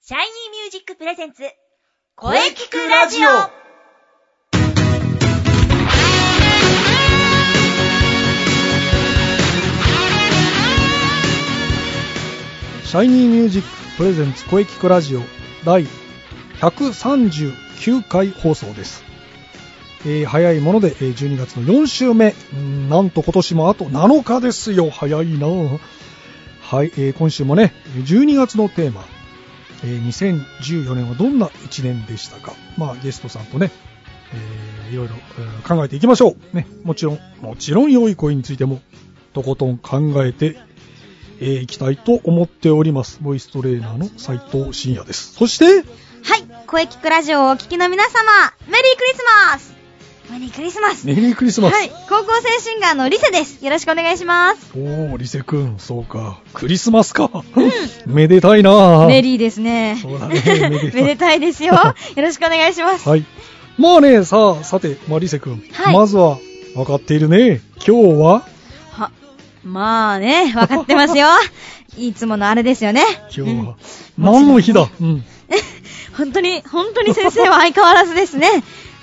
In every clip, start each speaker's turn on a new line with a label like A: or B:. A: シャイニーミュージックプレゼンツ、
B: 声聞くラジオ
C: シャイニーミュージックプレゼンツ声聞くラジオ第139回放送です、えー早いものでえー12月の4週目うんなんと今年もあと7日ですよ早いなあはい、えー今週もね12月のテーマ、えー2014年はどんな1年でしたかまあゲストさんとね、えーいろいろ、えー考えていきましょう、ね、もちろんもちろん良い声についてもとことん考えてえー、行きたいと思っております。ボイストレーナーの斉藤慎也です。そして、
A: はい、声聞くラジオをお聞きの皆様、メリークリスマスメリークリスマス
C: メリークリスマス。
A: はい、高校生シンガーのリセです。よろしくお願いします。
C: おー、リセ君、そうか。クリスマスか。めでたいな
A: メリーですね。
C: そうだねめでたい
A: めでたいですよ。よろしくお願いします。
C: はい。まあね、さあ、さて、まあ、リセ君、
A: はい
C: まずは、分かっているね。今日は、
A: は、まあね、わかってます よ。いつものあれですよね。
C: 今日は、何の日だうん。
A: 本当に、本当に先生は相変わらずですね。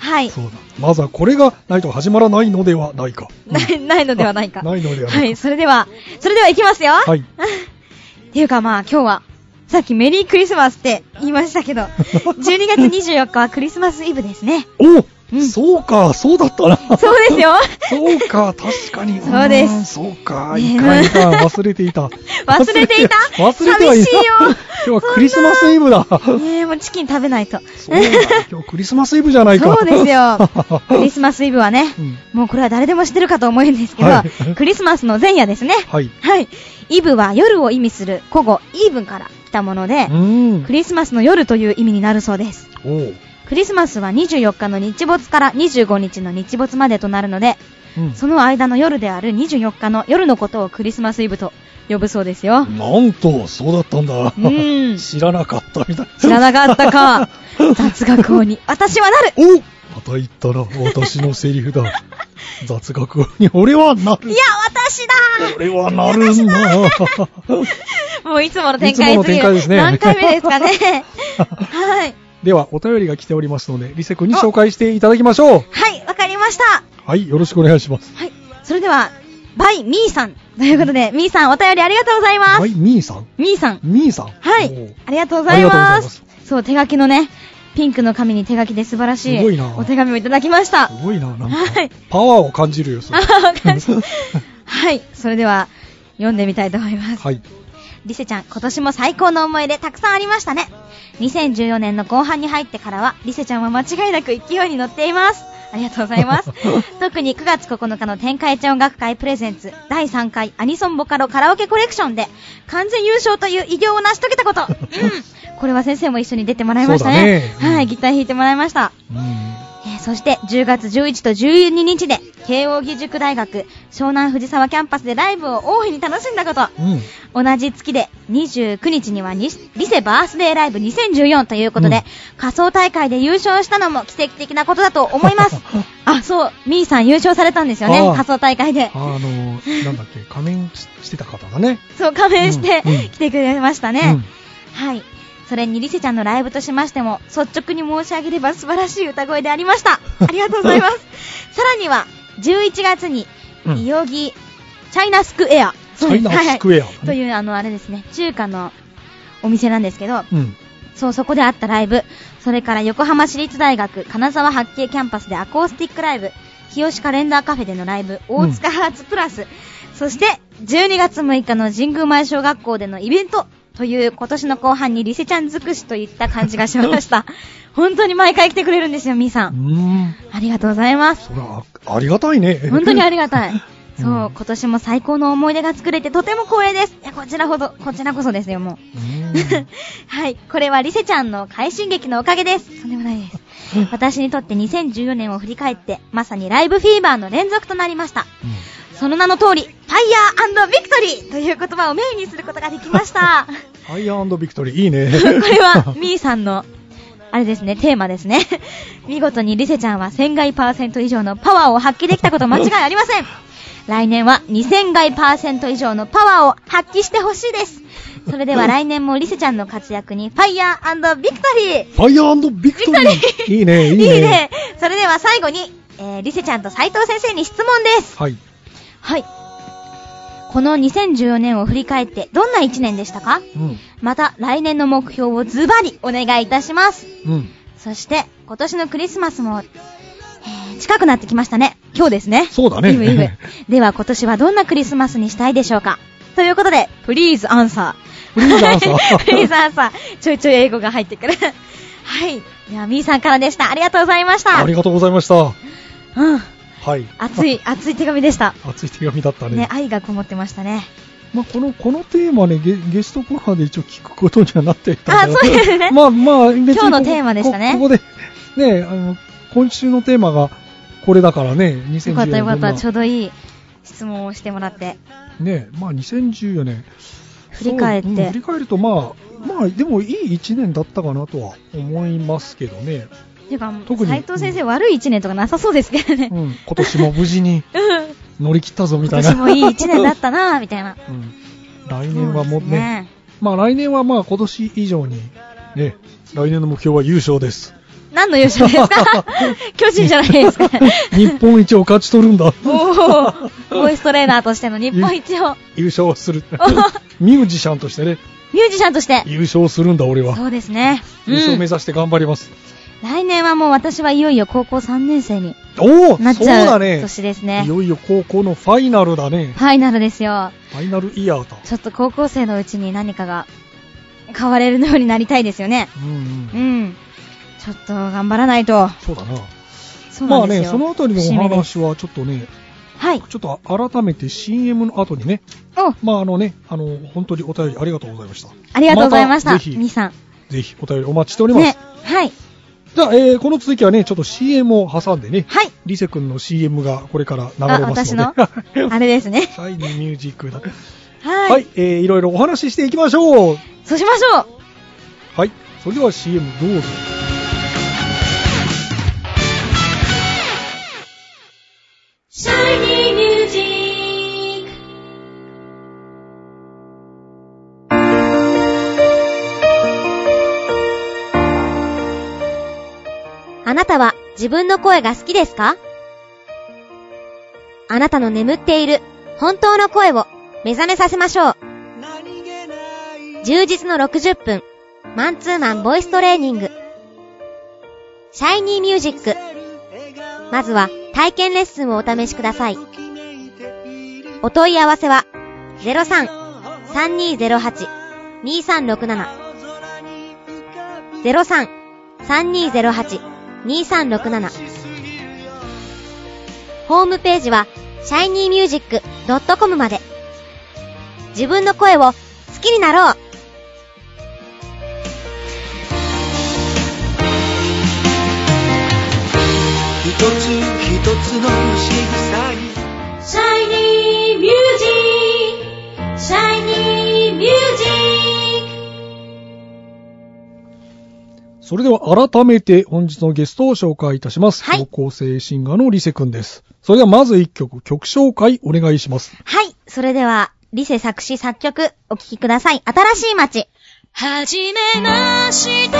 A: はい。
C: そうだ。まずはこれがないと始まらないのではないか。
A: ない、ないのではないか。
C: ないのではないか
A: はい、それでは、それでは行きますよ。
C: はい
A: っていうかまあ、今日は、さっきメリークリスマスって言いました けど、12月24日はクリスマスイブですね。
C: お、
A: うん
C: そうか、そうだったな。
A: そうですよ。
C: そうか、確かに。
A: そうです
C: んそうか、
A: ねえ
C: いかんいかん、忘れていた。
A: 忘れていた
C: 忘れてはい
A: 寂
C: な
A: しいよ
C: 今日はクリスマスイブだ。そう
A: ねえ、もうチキン食べないと。
C: だ、今日クリスマスイブじゃないか。
A: そうですよ。クリスマスイブはね、
C: うん
A: もうこれは誰でも知ってるかと思うんですけど、
C: はい
A: クリスマスの前夜ですね。
C: はい。
A: はい。イブは夜を意味する古語、イーブンから来たもので
C: う、ん
A: ク。リスマスの夜という意味になるそうです。
C: おう。
A: クリスマスは24日の日没から25日の日没までとなるので、
C: うん
A: その間の夜である24日の夜のことをクリスマスイブと呼ぶそうですよ。
C: なんと、そうだったんだ
A: う。ん。
C: 知らなかったみたい。
A: 知らなかった か。雑学王に私はなる。
C: おまた言ったら、私のセ リフだ。雑学に俺はなる
A: いや。、私だ
C: 俺はなるんだ。
A: もういつもの展開
C: いつもの展開ですね
A: 何回目ですか ね。はい。
C: では、お便りが来ておりますので、リセ君に紹介していただきましょう。
A: はい、わかりました。
C: はい、よろしくお願いします。
A: はい。それでは、バイミーさん。ということで、ミーさんお便りありがとうございます。
C: はい、ミーさん。
A: ミーさん。
C: ミーさん。
A: は
C: おう
A: い。ありがとうござい
C: あ
A: ま
C: りがとうございますす。
A: そう、手書きのね、ピンクの紙に手書きで素晴らしい
C: すごいな
A: お手紙をいただきま した。
C: すごいな、なんか
A: はい。
C: パワーを感じるよ、それ
A: あわかりましたはい。それでは、読んでみたいと思います。
C: はい。
A: リセちゃん、今年も最高の思い出たくさんありましたね。2014年の後半に入ってからは、リセちゃんは間違いなく勢いに乗っています。ありがとうござい ます。特に9月9日の天海町音楽会プレゼンツ第3回アニソンボカロカラオケコレクションで完全優勝という偉業を成し遂げたこと。うん。これは先生も一緒に出てもらいましたね。
C: そうだねうん
A: はい、ギター弾いてもらいました。
C: うん。
A: えーそして10月11と12日で慶応義塾大学湘南藤沢キャンパスでライブを大いに楽しんだこと。
C: うん。
A: 同じ月で29日にはにリセバースデーライブ2014ということで、
C: うん
A: 仮想大会で優勝したのも奇跡的なことだと思い ます。あ、そう、ミーさん優勝されたんですよね
C: あ、ー
A: 仮想大会で。
C: あのー、なんだっけ、仮面ししてた方がね。
A: そう、仮面して、
C: うんうん
A: 来てくれましたね。
C: うん
A: はい。それにリセちゃんのライブとしましても、率直に申し上げれば素晴らしい歌声でありました。 ありがとうございます。さらには、11月に、
C: うん
A: いよぎ、チャイナスクエア。
C: チャイナスクエア
A: はいはいという、あの、あれですね、中華のお店なんですけど、
C: うん。
A: そう、そこであったライブ。それから横浜市立大学金沢八景キャンパスでアコースティックライブ。日吉カレンダーカフェでのライブ。大塚ハーツプラス。そして、12月6日の神宮前小学校でのイベント。という、今年の後半にリセちゃん尽くしといった感じがしました。本当に毎回来てくれるんですよ、みーさ。
C: うんーん。
A: ありがとうござい ます。
C: それはあありがたいね。
A: 本当にありが
C: が
A: たい。そう、
C: う
A: 今
C: ん
A: 年も最高の思い出が作れてとても光栄です。いや、こちらほど、こちらこそですよ、もう。 はい、これはリセちゃんの快進撃のおかげです。とんでもないです。私にとって2014年を振り返って、まさにライブフィーバーの連続となりました。その名の通り、ファイヤービクトリーという言葉をメインにすることができました。
C: ファイアービクトリー、いい ね。
A: これは、ミーさんの、あれですね、テーマですね。見事にリセちゃんは1000外パーセント以上のパワーを発揮できたこと間違いありません。来年は2000外パーセント以上のパワーを発揮してほしいです。それで は来年もリセちゃんの活躍に、ファイヤービクトリー
C: ファイヤービクトリーいいね、いいね。
A: いいね。それでは最後に、えー、リセちゃんと斉藤先生に質問です。
C: はい。
A: はい。この2014年を振り返って、どんな1年でしたか
C: うん。
A: また、来年の目標をズバリお願いいたします。
C: うん。
A: そして、今年のクリスマスも、えー近くなってきましたね。今日ですね。
C: そうだね
A: イブ イブ。では、今年はどんなクリスマスにしたいでしょうかということで、プリーズアンサー。
C: プリーズア ンサー
A: プリーズアンサー。ちょいちょい英語が入ってくる。はい。では、みーさんからでした。ありがとうございました。
C: ありがとうございました。
A: うん。
C: はい。
A: 熱い、熱い手紙でした。
C: あ。熱い手紙だったね。
A: ね、愛がこもってましたね。
C: まあ、この、このテーマね、ゲゲストコーナーで一応聞くことにはなっていた
A: あ、
C: ん
A: そ
C: だ
A: うですね。
C: まあ まあ、別にここ
A: 今日のテーマでしたね
C: こここで、ね、あの、今週のテーマがこれだからね、
A: よかったよか
C: 2014
A: った。ちょ
C: 年。
A: うどいい質問をしてもらって。
C: ね、まあ2014年。
A: 振り返って
C: そううん振り返ると、まあ、まあ、でもいい1年だったかなとは思いますけどね。
A: ていうか、
C: 特に
A: 斉藤先生、悪い一年とかなさそうですけどね。
C: うん、今年も無事に
A: うん
C: 乗り切ったぞみた
A: 今
C: いな。
A: 年もいい一年だったなぁ、みたいな。
C: うん、来年はもう
A: そ
C: ね
A: うですね
C: まあ来年はまあ今年以上に、ね、来年の目標は優勝です。
A: 何の優勝です か巨人じゃないですか。
C: 日本一を勝ち取るん だ。
A: おお、ボイストレーナーとしての日本一を、
C: 優勝 する。ミュージシャンとしてね、
A: ミュージシャンとして。
C: 優勝するんだ俺は。
A: そうですね。
C: 優勝目
A: うん
C: 指して頑張ります。
A: 来年はもう私はいよいよ高校3年生に
C: おお
A: なっ
C: そう
A: ちゃ
C: だ
A: う
C: ね。
A: 年ですね
C: い。よいよ高校のファイナルだね。
A: ファイナルですよ。
C: ファイナルイヤーだ。
A: ちょっと高校生のうちに何かが変われるようになりたいですよね。
C: うんうん
A: う。ん。ちょっと頑張らないと。
C: そうだな。
A: そう
C: ま
A: な
C: あ
A: んです
C: ね、
A: よ。
C: そのあたりの
A: 節目
C: お
A: です
C: 話はちょっとね、
A: はい。
C: ちょっと改めて CM の後にね、
A: お、
C: まああのね、あの、本当にお便りありがとうございました。
A: ありがとうございました。
C: またぜひ
A: みーさん。
C: ぜひお便りお待ちしております。
A: ね。はい。
C: じゃあ、えーこの続きはね、ちょっと CM を挟んでね、
A: はい。
C: リセ君の CM がこれから流
A: あ、
C: れます
A: 私
C: の
A: の
C: で。
A: あれですね。
C: シャイニーミュージックだ。
A: はい。
C: はい、えーいろいろお話ししていきましょう。
A: そうしましょう。
C: はい、それでは CM どうぞ。
B: Shiny Music!
A: あなたは自分の声が好きですかあなたの眠っている本当の声を目覚めさせましょう。充実の60分、マンツーマンボイストレーニング。シャイニーミュージック。まずは体験レッスンをお試しください。お問い合わせは03-3208-2367。03-3208-2367。ホームページは shinymusic.com まで。自分の声を好きになろう
D: 一つ一つの仕草に
B: Shiny Music! Shiny Music!
C: それでは改めて本日のゲストを紹介いたします。
A: はい
C: 高校生シンガーのリセ君です。それではまず一曲、曲紹介お願いします。
A: はい、それでは、リセ作詞作曲、お聴きください。新しい街。
B: はじめまして、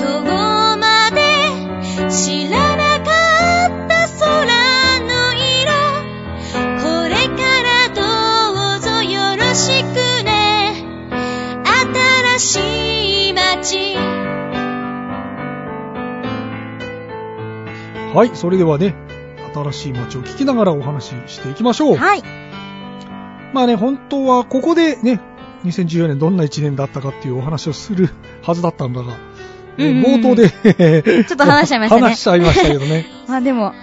B: 今日まで知らなかった空の色、これからどうぞよろしくね、新しい街。
C: はい、それではね、新しい街を聞きながらお話ししていきましょう。
A: はい。
C: まあね、本当はここでね、2014年どんな1年だったかっていうお話をするはずだったんだが、えー
A: うんうんうん
C: 冒頭で、ち
A: ょっと 話しちゃいましたね
C: 話しちゃいましたけどね。
A: まあでも、
C: ね、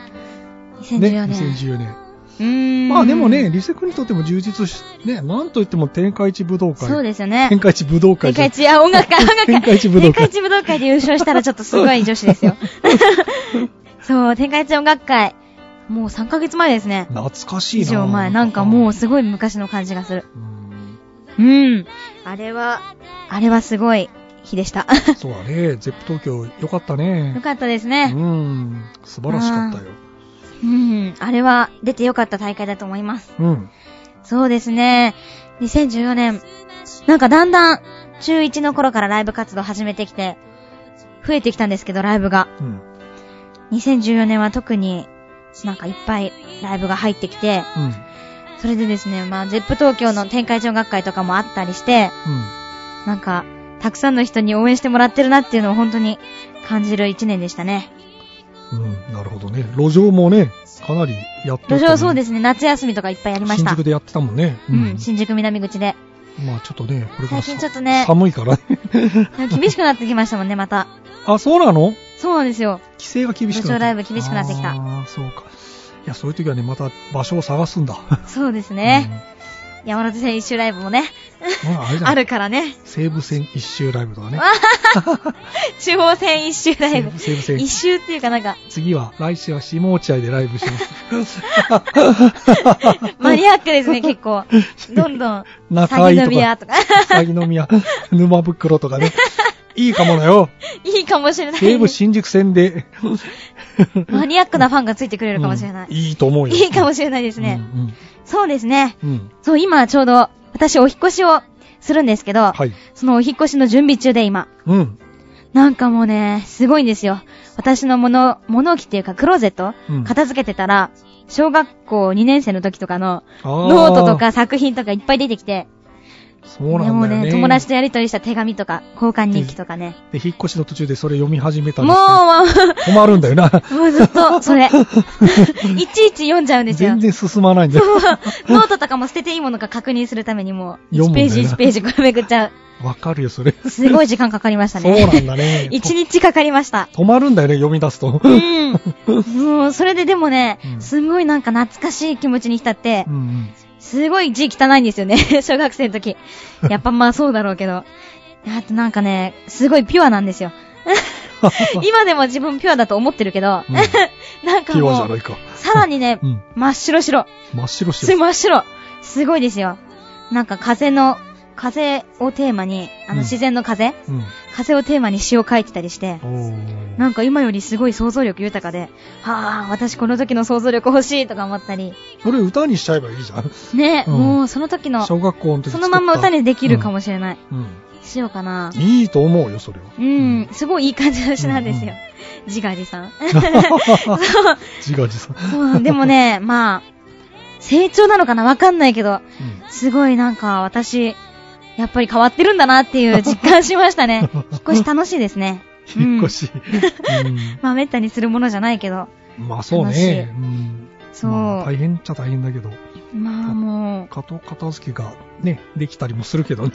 A: 2014年。
C: 2014年。
A: うーん。
C: まあでもね、、リセクにとっても充実し、ね、なんといっても天下一武道会。
A: そうですよね。
C: 天下一武道
A: 天
C: 会じ
A: 下
C: ゃん。
A: 一、あ、音楽会、音楽会。
C: 天下一武道
A: 天
C: 会
A: 下一武道会で優勝したらちょっとすごい女子です よ。そう、天下一音楽会。もう3ヶ月前ですね。
C: 懐かしい
A: 以
C: な。
A: 上前。なんかもうすごい昔の感じがする。
C: うん。
A: うん。あれは、あれはすごい日でした。
C: そうだね、ゼップ東京よかった
A: よ
C: ね。
A: かったです
C: う
A: ね。
C: ん。素晴らしかったよ。
A: うん、あれは出てよかった大会だと思います。
C: うん。
A: そうですね。2014年、なんかだんだん、中1の頃からライブ活動始めてきて、増えてきたんですけど、ライブが。
C: うん。
A: 2014年は特になんかいっぱいライブが入ってきて、
C: うん。
A: それでですね、まあ、ゼップ東京の展開長学会とかもあったりして、なんか、たくさんの人に応援してもらってるなっていうのを本当に感じる一年でしたね。
C: うん。うん。なるほどね。路上もね、かなりやってたね
A: 路上はそうですね、夏休みとかいっぱいやりまし
C: 新
A: た。
C: 宿でやってたもんね。
A: うん、新宿南口 で。
C: まあちょっとね、これからさ
A: 最近ちょっとね
C: 寒いか らね。
A: 厳しくなってきましたもんね、また。
C: あ、そうなの
A: そうなんですよ。
C: 規制が厳しくなってき
A: 路上ライブ厳しくなってきた
C: ああ、そうか。いや、そういう時はね、また場所を探すんだ。
A: そうですね。山手線一周ライブもね、
C: うん。まあ、あれじゃ
A: あ
C: ない
A: るからね。
C: 西武線一周ライブとかね。
A: 中央線一周ライブ。
C: 西武線
A: 一。周っていうかなんか、
C: 次は、来週は下落合でライブし ます。
A: マニアックですね、結構。どんど ん。
C: 中井とか
A: 鷺宮とか。
C: 鷺宮、沼袋とかね。いいかもだよ。
A: いいかもしれない
C: 西
A: ね、
C: 武新宿 線で。
A: マニアックなファンがついてくれるかもしれない。
C: うんいいと思うよ。
A: いいかも
C: し
A: しれないですね。
C: うん。
A: そうですね。
C: うんうん。
A: そう、今ちょうど、私お引っ越しをするんですけど、
C: はい。
A: そのお引っ越しの準備中で今。
C: うん。
A: なんかもうね、すごいんですよ。私の物、物置っていうかクローゼット、
C: うん
A: 片付けてたら、小学校2年生の時とかの、
C: あー
A: ノートと。か作品とかいっぱい出てきて、
C: そうなんだ
A: で
C: よ
A: もう
C: ね。
A: ね、友達とやりとりした手紙とか、交換日記とかね。
C: で、引っ越しの途中でそれ読み始めた
A: もう、
C: ら
A: も
C: さ、
A: う、
C: 困るんだよな。
A: もうずっと、それ。 いちいち読んじゃうんですよ
C: 全。然進まないんだよ。
A: ノートとかも捨てていいものか確認するためにもう、
C: 読
A: 1
C: むんだ
A: ペ
C: よ
A: ー
C: な
A: ジ1ページこれめくっちゃ
C: わかるよ、それ。
A: う。すごい時間かかりました
C: そう
A: ね。。
C: なんだね
A: 1日 かかりました。
C: 止まるんだよね、読み出すと。
A: うん。もう、それででもね
C: う、ん
A: すごいなんか懐かしい気持ちに浸って
C: う、ん
A: すごい字汚いんですよね。 小学生の時。やっぱまあそうだろうけど。あとなんかね、すごいピュアなん ですよ。今でも自分ピュアだと思ってるけど、
C: うん
A: なんか
C: ピュアじ
A: も
C: ゃな
A: う、
C: いか。
A: さらにね
C: う、ん。
A: 真っ白白。
C: 真っ白
A: す
C: 白。
A: 真っ白。すごいですよ。なんか風の、風をテーマに、あ
C: うん
A: の自然の風、
C: うん。
A: 風をテーマに詩を書いてたりして、
C: おー
A: なんか今よりすごい想像力豊かで、はぁ、私この時の想像力欲しいとか思ったり、
C: それ歌にしちゃえばいいじゃん。
A: ね、
C: うん
A: もうその時の、
C: 小学校の時
A: そのまんま歌にできるか
C: も。
A: もしれない。
C: うん。
A: しようかな
C: うん。いいと思うよ、それは。
A: うん、 すごいいい感じの詩なんですよ。自画自賛。
C: 自画自賛。
A: そう、でもね、まあ、成長なのかなわかんないけど、すごいなんか私、やっぱり変わってるんだなって いう実感しましたね。引っ越し楽しいですね。
C: うん引っ越 し。うん
A: まあ、めったにするものじゃないけど。
C: まあそう
A: 楽しい
C: ね。うん
A: そう。
C: まあ
A: ま
C: 大変っちゃ大変だけど、
A: あ、も
C: 片片付けがね、できたりもする けどね。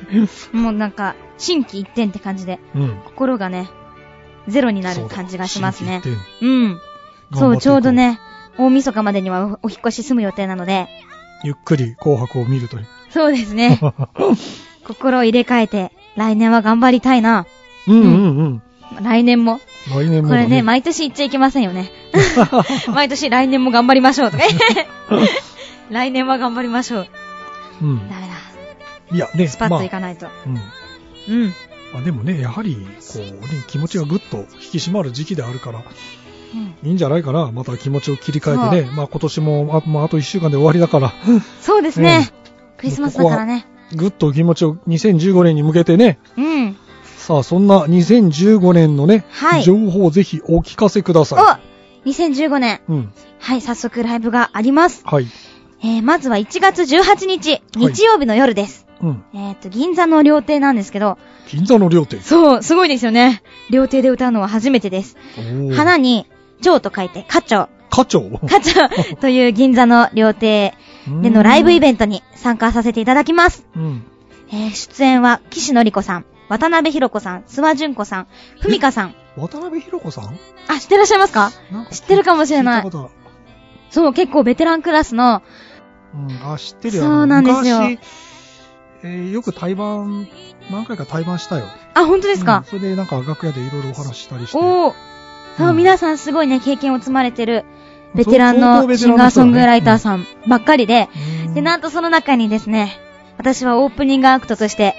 A: う、もうなんか、心機一転って感じで、
C: うん。
A: 心がね、ゼロになる感じがしますね
C: そ。う
A: う
C: だ
A: ん。
C: 新規一点
A: そ
C: 頑張ってい
A: う、
C: こ
A: ちょうどね、大晦日までにはおお引っ越し済む予定なので、
C: ゆっくり紅白を見ると いう。
A: そうです ね。心を入れ替えて、来年は頑張りたいな。
C: うんうんうん。
A: 来年も。
C: 来年も
A: こ
C: だ
A: れね、毎年言っちゃいけませんよね。 毎年来年も頑張りましょうとか。 来年は頑張りましょう。
C: うん
A: ダメ
C: いやね
A: だ。ス、パッ
C: まあ
A: といかないと。
C: うん
A: うん。
C: まあでもね、やはり、こうね、気持ちがぐっと引き締まる時期であるから、
A: うん
C: いいんじゃないかな。また気持ちを切り替えてね。まあ今年も、あまああと1週間で終わり だから、
A: そうですね。クリスマスだからね。
C: ぐっと気持ちを2015年に向けてね。
A: うん。
C: さあ、そんな2015年のね、
A: はい
C: 情報をぜひお聞かせくだ
A: お
C: さ
A: !2015 年。
C: い。うん。
A: はい、早速ライブがあります。
C: はい。
A: えー、まずは1月18日、日曜日の夜です。
C: うん。
A: えっと、銀座の料亭なんですけど、
C: 銀座の料亭。
A: そう、すごいですよね。料亭で歌うのは初めてです。花
C: に。
A: に、蝶と書いて、花蝶。
C: 課長。
A: 花 蝶という銀座の料亭でのライブイベントに参加させていただきます。
C: うん。
A: えー出演は、岸のり子さん、渡辺博子さん、諏訪純子さん、ふみかさん。
C: 渡辺博子さん
A: あ、知ってらっしゃいますか
C: なんか
A: 知ってるかもしれない
C: 聞いたこと
A: そう、結構ベテランクラスの、
C: あるうん、あ、知ってるよ。
A: そうなんですよ
C: 昔えーよく対バン、何回か対バンしたよ。
A: あ、本当です
C: うん
A: か、
C: それでなんか楽屋でいろいろお話ししたりして。
A: おー。そう、
C: うん
A: 皆さんすごいね、経験を積まれてる、ベテラン
C: 相当
A: の
C: ベテ
A: シ
C: ラ
A: ン
C: ンの人だね
A: ガーソングライターさんばっかりで、
C: うん
A: で、なんとその中にですね、私はオープニングアクトとして、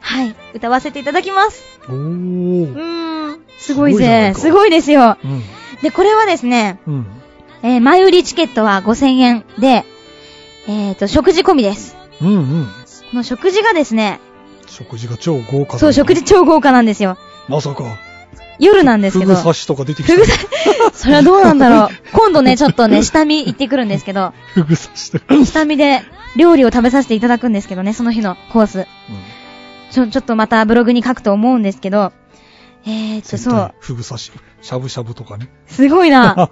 A: はい、歌わせていただきます。
C: おー
A: うーん、すごいぜ。
C: す
A: す
C: ご
A: ごいですよ。
C: うん。
A: で、これはですね、
C: うん。
A: えー前売りチケットは5000円で、えっ、と、食事込みです。
C: うんうん。
A: この食事がですね、
C: 食事が超豪華だ
A: そう、食事超豪華なんですよ。
C: まさか、
A: 夜なんです
C: フ
A: けど。
C: グ刺しとか出てき
A: ふぐ
C: た。
A: さ、それ はどうなんだろう。今度ね、ちょっと ね、下見行ってくるんですけど、
C: フグ刺しとか。
A: 下見で料理を食べさせていただくんですけどね、その日のコース。
C: うん
A: ちょ、ちょっとまたブログに書くと思うんですけど、えー、っと、そう。
C: フグ刺し。しゃぶしゃぶとかね。
A: すごい な。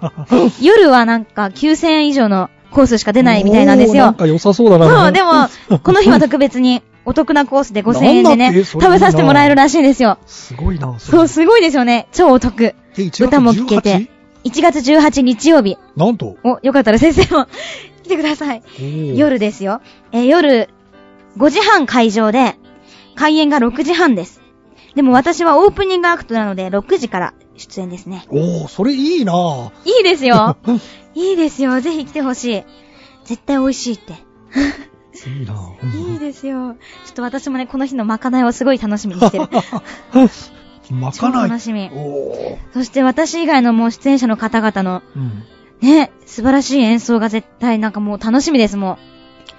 A: 夜はなんか9000円以上のコースしか出ないみたいなんです
C: おーなん
A: よ。
C: か良さそうだな。
A: そう、でも、 この日は特別にお得なコースで5000円で
C: なんだっ
A: ね、
C: てそれ
A: 食べさせてもらえるらしいんですよ。
C: すごいな、
A: そう、
C: れ
A: すごいですよね。超お得。
C: え1月
A: 歌も聴けて
C: 18？
A: 1月18日曜日。
C: なんと。
A: お、よかったら先生も 来てください。
C: おー。
A: 夜ですよ。えー夜5時半会場で、開演が6時半です。でも私はオープニングアクトなので6時から出演ですね。
C: おー、それいいない
A: いですよいいですよ。ぜひ来てほしい。絶対美味しいって。
C: いいなうん
A: いいですよ。ちょっと私もね、この日のまかないをすごい楽しみにしてる。
C: まかな
A: 超
C: い。
A: 楽しみ
C: おー。
A: そして私以外のもう出演者の方々の
C: うん。
A: ね、素晴らしい演奏が絶対なんかもう楽しみです、も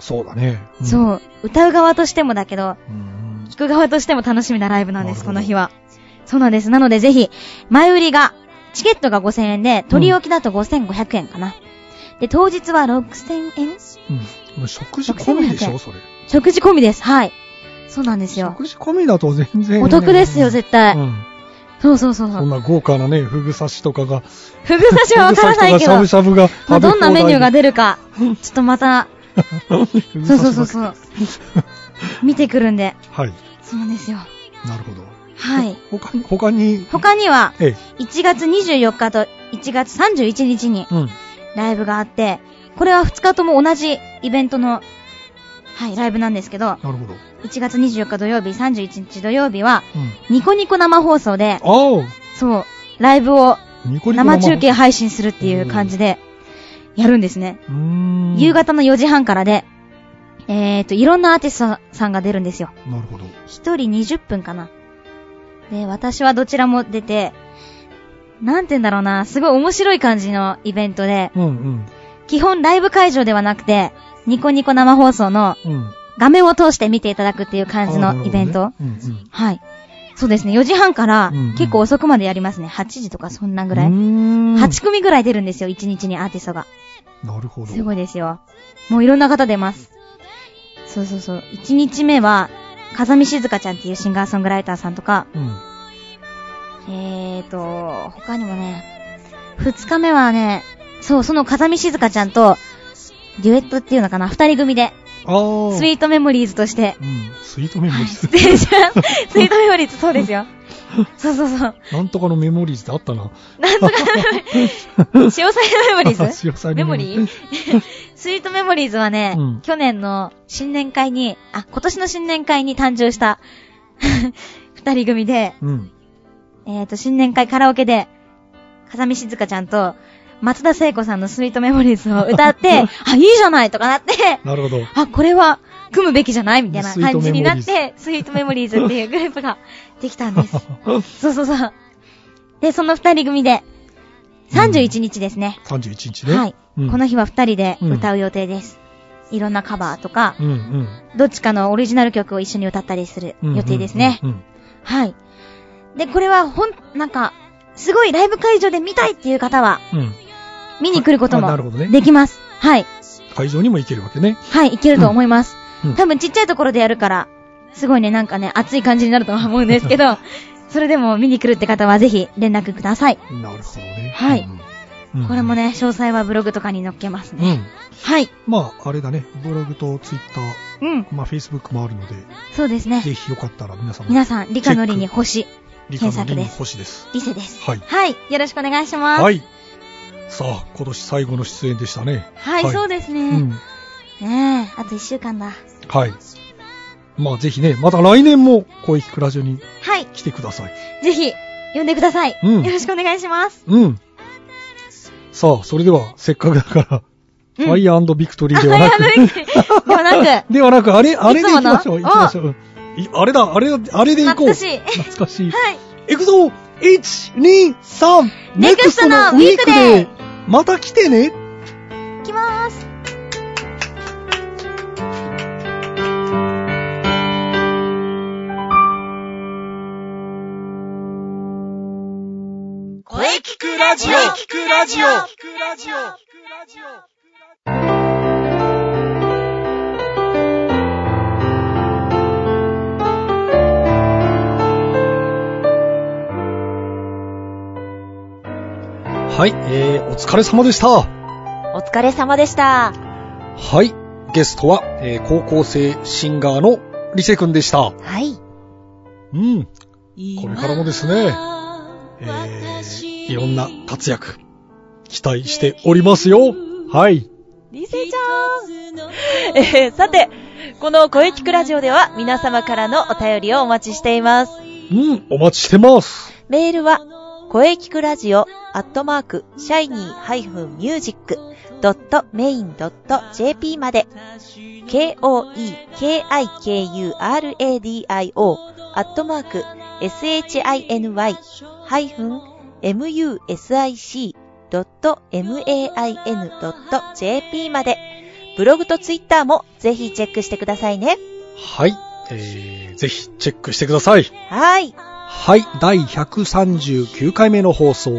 C: そうだね。
A: う。そう。歌う側としてもだけど、
C: うん。
A: 聞く側としても楽しみなライブなんです、
C: なる
A: こ
C: ほど
A: の日は。そうなんです。なのでぜひ、前売りが、チケットが5000円で、取り置きだと5500円かな。で、当日は6000円
C: うん。食事込みでしょ、それ。
A: 食事込みです。はい。そうなんですよ。
C: 食事込みだと全然ね。
A: お得ですよ、絶対。
C: うん。
A: そうそうそうそ
C: そ
A: う。
C: んな豪華なね、フグ刺しとかが。
A: ふぐ刺しはわからないけど
C: フグ、刺しとかしゃぶしゃぶが。
A: まあ、どんなメニュー が
C: 出
A: 出るか、ちょっとまた、
C: る
A: そうそうそうそう。見てくるんで。
C: はい。
A: そうなんですよ。
C: なるほど。
A: はい。
C: 他に、他に、
A: 他には、
C: え
A: 1月24日と1月31日に
C: え。うん。
A: ライブがあって、これは2日とも同じイベントの、はい、ライブなんですけど、
C: なるほど。
A: 1月24日土曜日、31日土曜日は、
C: うん。
A: ニコニコ生放送で、
C: あ
A: そう、ライブを
C: あニコニコ
A: 生中継配信するっていう感じで、やるんですね。
C: うーん。
A: 夕。方の4時半からで、えーと、いろんなアーティストさんが出るんですよ。
C: なるほど。
A: 一人20分かな。で、私はどちらも出て、なんて言うんだろうな、すごい面白い感じのイベントで、
C: うん
A: 基本ライブ会場ではなくて、ニコニコ生放送の
C: うん。うん。
A: 画面を通して見ていただくっていう感じ
C: あー
A: のイベント。。
C: なるほどね
A: はい。そうですね、4時半から
C: うんうん
A: 結構遅くまでやりますね。8時とかそんな
C: うん
A: ぐ
C: うん。
A: らい。
C: うーん。
A: 8組ぐらい出るんですよ、1日にアーティストが。
C: なるほど。
A: すごいですよ。もういろんな方出ます。そうそうそう。1日目は、風見静香ちゃんっていうシンガーソングライターさんとか、
C: うん。
A: えーと、他にもね、2日目はね、そう、その風見静香ちゃんと、デュエットっていうのかな、2人組で、
C: ああ。
A: スイートメモリーズとして、
C: うん。スイート メモリーズ。
A: 失礼しますスイートメモリーズ、そうですよ。そうそうそう。
C: なんとかのメモリーズってあったな。
A: 塩サイドメモリ ーズ
C: 強さ
A: メモリー スイートメモリーズはね、
C: うん
A: 去年の新年会に、あ、今年の新年会に誕生した 二人組で、
C: うん。
A: えっ、と、新年会カラオケで、風見静香ちゃんと、松田聖子さんのスイートメモリーズを歌 って、あ、いいじゃないとかなって、
C: なるほど。
A: あ、これは組むべきじゃないみたいな
C: スイート
A: 感じになっ
C: メモ
A: て、スイートメモリーズっていうグループができたん です。そうそうそう。で、その二人組で、31日ですね。
C: 31日ね。
A: はい、
C: うん、
A: この日は二人で歌う予定です。いろんなカバーとか、
C: うんうん。
A: どっちかのオリジナル曲を一緒に歌ったりする
C: うん
A: 予定ですね。
C: うんうん
A: はい。で、これはほん、なんか、すごいライブ会場で見たいっていう方は、
C: うんうん
A: 見に来ること
C: あな
A: も
C: るほどね
A: できます。はい。
C: 会場にも行けるわけね。
A: はい、いけると思います。
C: うんうん
A: 多分ちっちゃいところでやるから、すごいね、なんかね、熱い感じになるとは思うんですけど、 それでも見に来るって方はぜひ連絡ください。
C: なるほどね。
A: はい
C: うん。うん
A: これも。ね、詳細はブログとかに載っけます
C: う
A: ね。
C: ん。
A: はい。
C: まあ、あれだね。ブログとツイッター、
A: うん。
C: まあ、フェイスブックもあるので、
A: そうですね。
C: ぜひよかったら皆さんも、
A: 皆さん、理科の理に星、
C: リカ
A: 検
C: の
A: 索
C: リン
A: です
C: 星です。
A: リセです。
C: はい。
A: はい。よろしくお願いします。。
C: はいい。さあ、今年最後の出演でしたね。
A: はい、そうです
C: う
A: ね。
C: ん。
A: ねえ、あと一週間だ。
C: はい。まあ、ぜひね、また来年も、声聞くラジオに
A: はい。
C: 来てください。
A: ぜひ、呼んでください。
C: うん
A: よろしくお願いします。
C: うん。さあ、それでは、せっかくだから、
A: うん
C: ファイアビクトリーではなく、
A: で はなく、
C: ではなく、あれ、あれ
A: いつ
C: で
A: も
C: 行き
A: の
C: ましょう、行きましょう。いあれだ、あれだ、あれで行こ
A: 懐か
C: う。
A: しい。
C: 懐かしい。
A: はい。
C: 行くぞ !1、2、3、
A: ネクストのウィークデー
C: また来てね
A: 行きまー
B: 「
A: す。
B: 声聞くラジオ聞くラジオ聞くラジオ
C: はい、えー、お疲れ様でした。
A: お疲れ様でした。
C: はい、ゲストは、えー高校生シンガーのリセ君でした。
A: はい。
C: うん、これからもですねえー、
B: ー
C: いろんな活躍、期待しておりますよ。はい。
E: リセちゃん。えー、さて、この声聞くラジオでは皆様からのお便りをお待ちしています。
C: うん、お待ちしてます。
E: メールは、声聞くラジオ、アットマーク、シャイニー -music.main.jp まで、k-o-e-k-i-k-u-r-a-d-i-o、アットマーク、shiny-music.main.jp まで、ブログとツイッターもぜひチェックしてくださいね。
C: はい、えー、ぜひチェックしてください。
E: はい。
C: はい、第139回目の放送、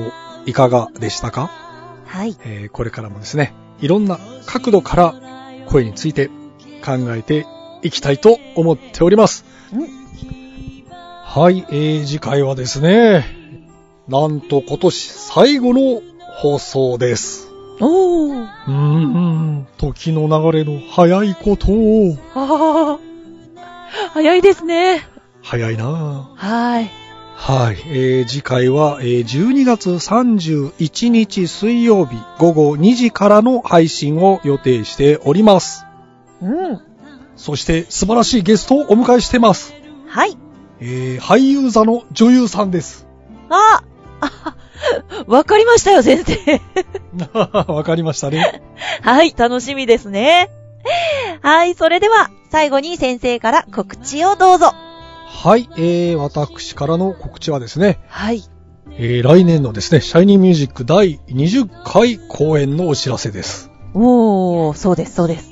C: いかがでしたか
E: はい。
C: えーこれからもですね、いろんな角度から声について考えていきたいと思っております。はい、えー次回はですね、なんと今年最後の放送です。
E: おー。
C: うーん、時の流れの早いことを、
E: ああ、早いですね。
C: 早いなぁ
E: はい。
C: はい、えー次回は、えー12月31日水曜日午後2時からの配信を予定しております。
E: うん。
C: そして素晴らしいゲストをお迎えしてます。
E: はい。
C: えー、俳優座の女優さんです。
E: ああ、 わかりましたよ、先生。
C: わかりましたね。
E: はい、楽しみですね。はい、それでは、最後に先生から告知をどうぞ。
C: はい、えー、私からの告知はですね、
E: はい。
C: えー、来年のですね、シャイニーミュージック第20回公演のお知らせです。
E: おー、そうです、そうです。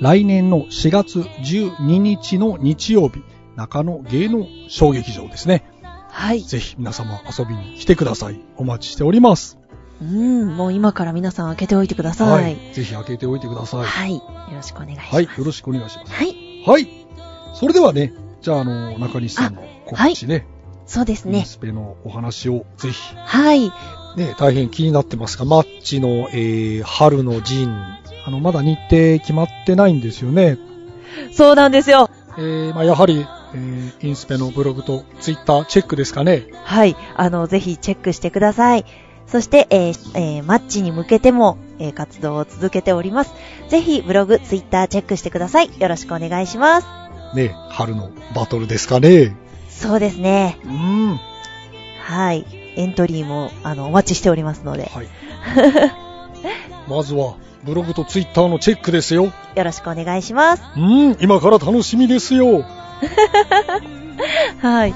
C: 来年の4月12日の日曜日、中野芸能小劇場ですね。
E: はい。
C: ぜひ皆様遊びに来てください。お待ちしております。
E: うん、もう今から皆さん開けておいてください。。
C: ぜひ開けておいてください。
E: はい。よろしくお願いします。
C: はい、よろしくお願いします。
E: はい。
C: はい。それではね、じゃあ、あの、中西さんの告知ね、
E: そうです
C: ミ
E: ね。
C: スペのお話をぜひ、
E: はい。
C: ね、大変気になってますが、マッチの、えー、春の陣、あの、まだ日程決まってないんですよね。
E: そうなんですよ。
C: えー、まあ、やはり、えー、インスペのブログとツイッターチェックですかね。
E: はい。あの、ぜひチェックしてください。そして、えーえーマッチに向けても、えー活動を続けております。ぜひ、ブログ、ツイッターチェックしてください。よろしくお願いします。
C: ね、春のバトルですかね。
E: そうですね。
C: うん。は
E: はい。エントリーも、あの、お待ちしておりますので、
C: い。 まずは、ブログとツイッターのチェックですよ。
E: よろしくお願いします。
C: うん、今から楽しみですよ。
E: はい。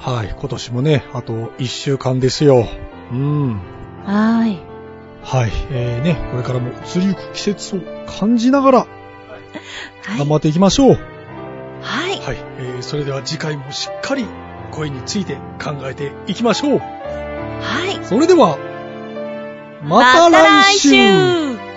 C: はい、今年もね、あと1週間ですよ。うん。
E: はい。
C: はい、えー、ね、これからも移りゆく季節を感じながら
E: は
C: 頑
E: い。
C: 張っていきましょう。はい、
E: はい。
C: えー、それでは次回もしっかり声について考えていきましょ
E: は
C: う。
E: い。
C: それでは、また来週
E: また来週